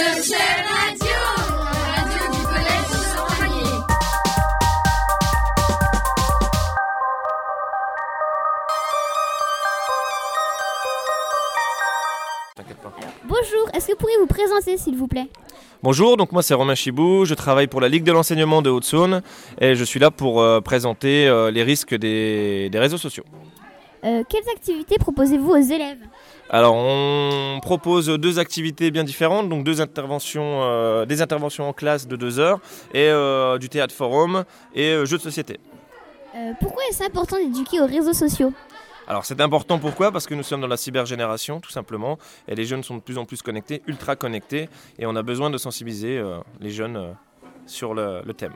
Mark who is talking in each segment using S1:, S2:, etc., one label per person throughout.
S1: Cherchez Radio, la radio du collège Saint-Vallier.
S2: T'inquiète pas.
S3: Bonjour, est-ce que vous pourriez vous présenter s'il vous plaît
S2: Bonjour, donc moi c'est Romain Chibou, je travaille pour la Ligue de l'enseignement de Haute-Saône et je suis là pour euh, présenter euh, les risques des, des réseaux sociaux.
S3: Euh, Quelles activités proposez-vous aux élèves
S2: Alors on propose deux activités bien différentes, donc deux interventions, euh, des interventions en classe de deux heures et euh, du théâtre forum et euh, jeux de société.
S3: Euh, Pourquoi est-ce important d'éduquer aux réseaux sociaux
S2: Alors c'est important pourquoi Parce que nous sommes dans la cybergénération tout simplement et les jeunes sont de plus en plus connectés, ultra connectés et on a besoin de sensibiliser euh, les jeunes euh, sur le- le thème.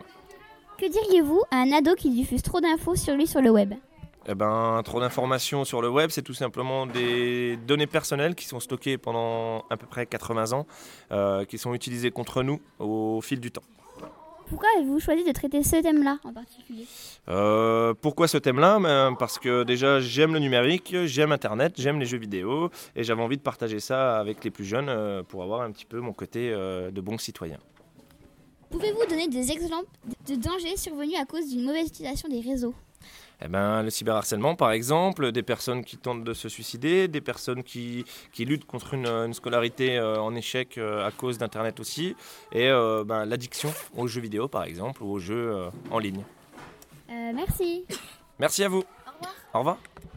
S3: Que diriez-vous à un ado qui diffuse trop d'infos sur lui sur le web
S2: Eh ben, trop d'informations sur le web, c'est tout simplement des données personnelles qui sont stockées pendant à peu près 80 ans, euh, qui sont utilisées contre nous au fil du temps.
S3: Pourquoi avez-vous choisi de traiter ce thème-là en particulier
S2: Euh, pourquoi ce thème-là Ben, Parce que déjà, j'aime le numérique, j'aime Internet, j'aime les jeux vidéo, et j'avais envie de partager ça avec les plus jeunes euh, pour avoir un petit peu mon côté euh, de bon citoyen.
S3: Pouvez-vous donner des exemples de dangers survenus à cause d'une mauvaise utilisation des réseaux
S2: Eh ben, le cyberharcèlement, par exemple, des personnes qui tentent de se suicider, des personnes qui, qui luttent contre une, une scolarité euh, en échec euh, à cause d'Internet aussi, et euh, ben, l'addiction aux jeux vidéo, par exemple, ou aux jeux euh, en ligne.
S3: Euh, Merci.
S2: Merci à vous. Au revoir. Au revoir.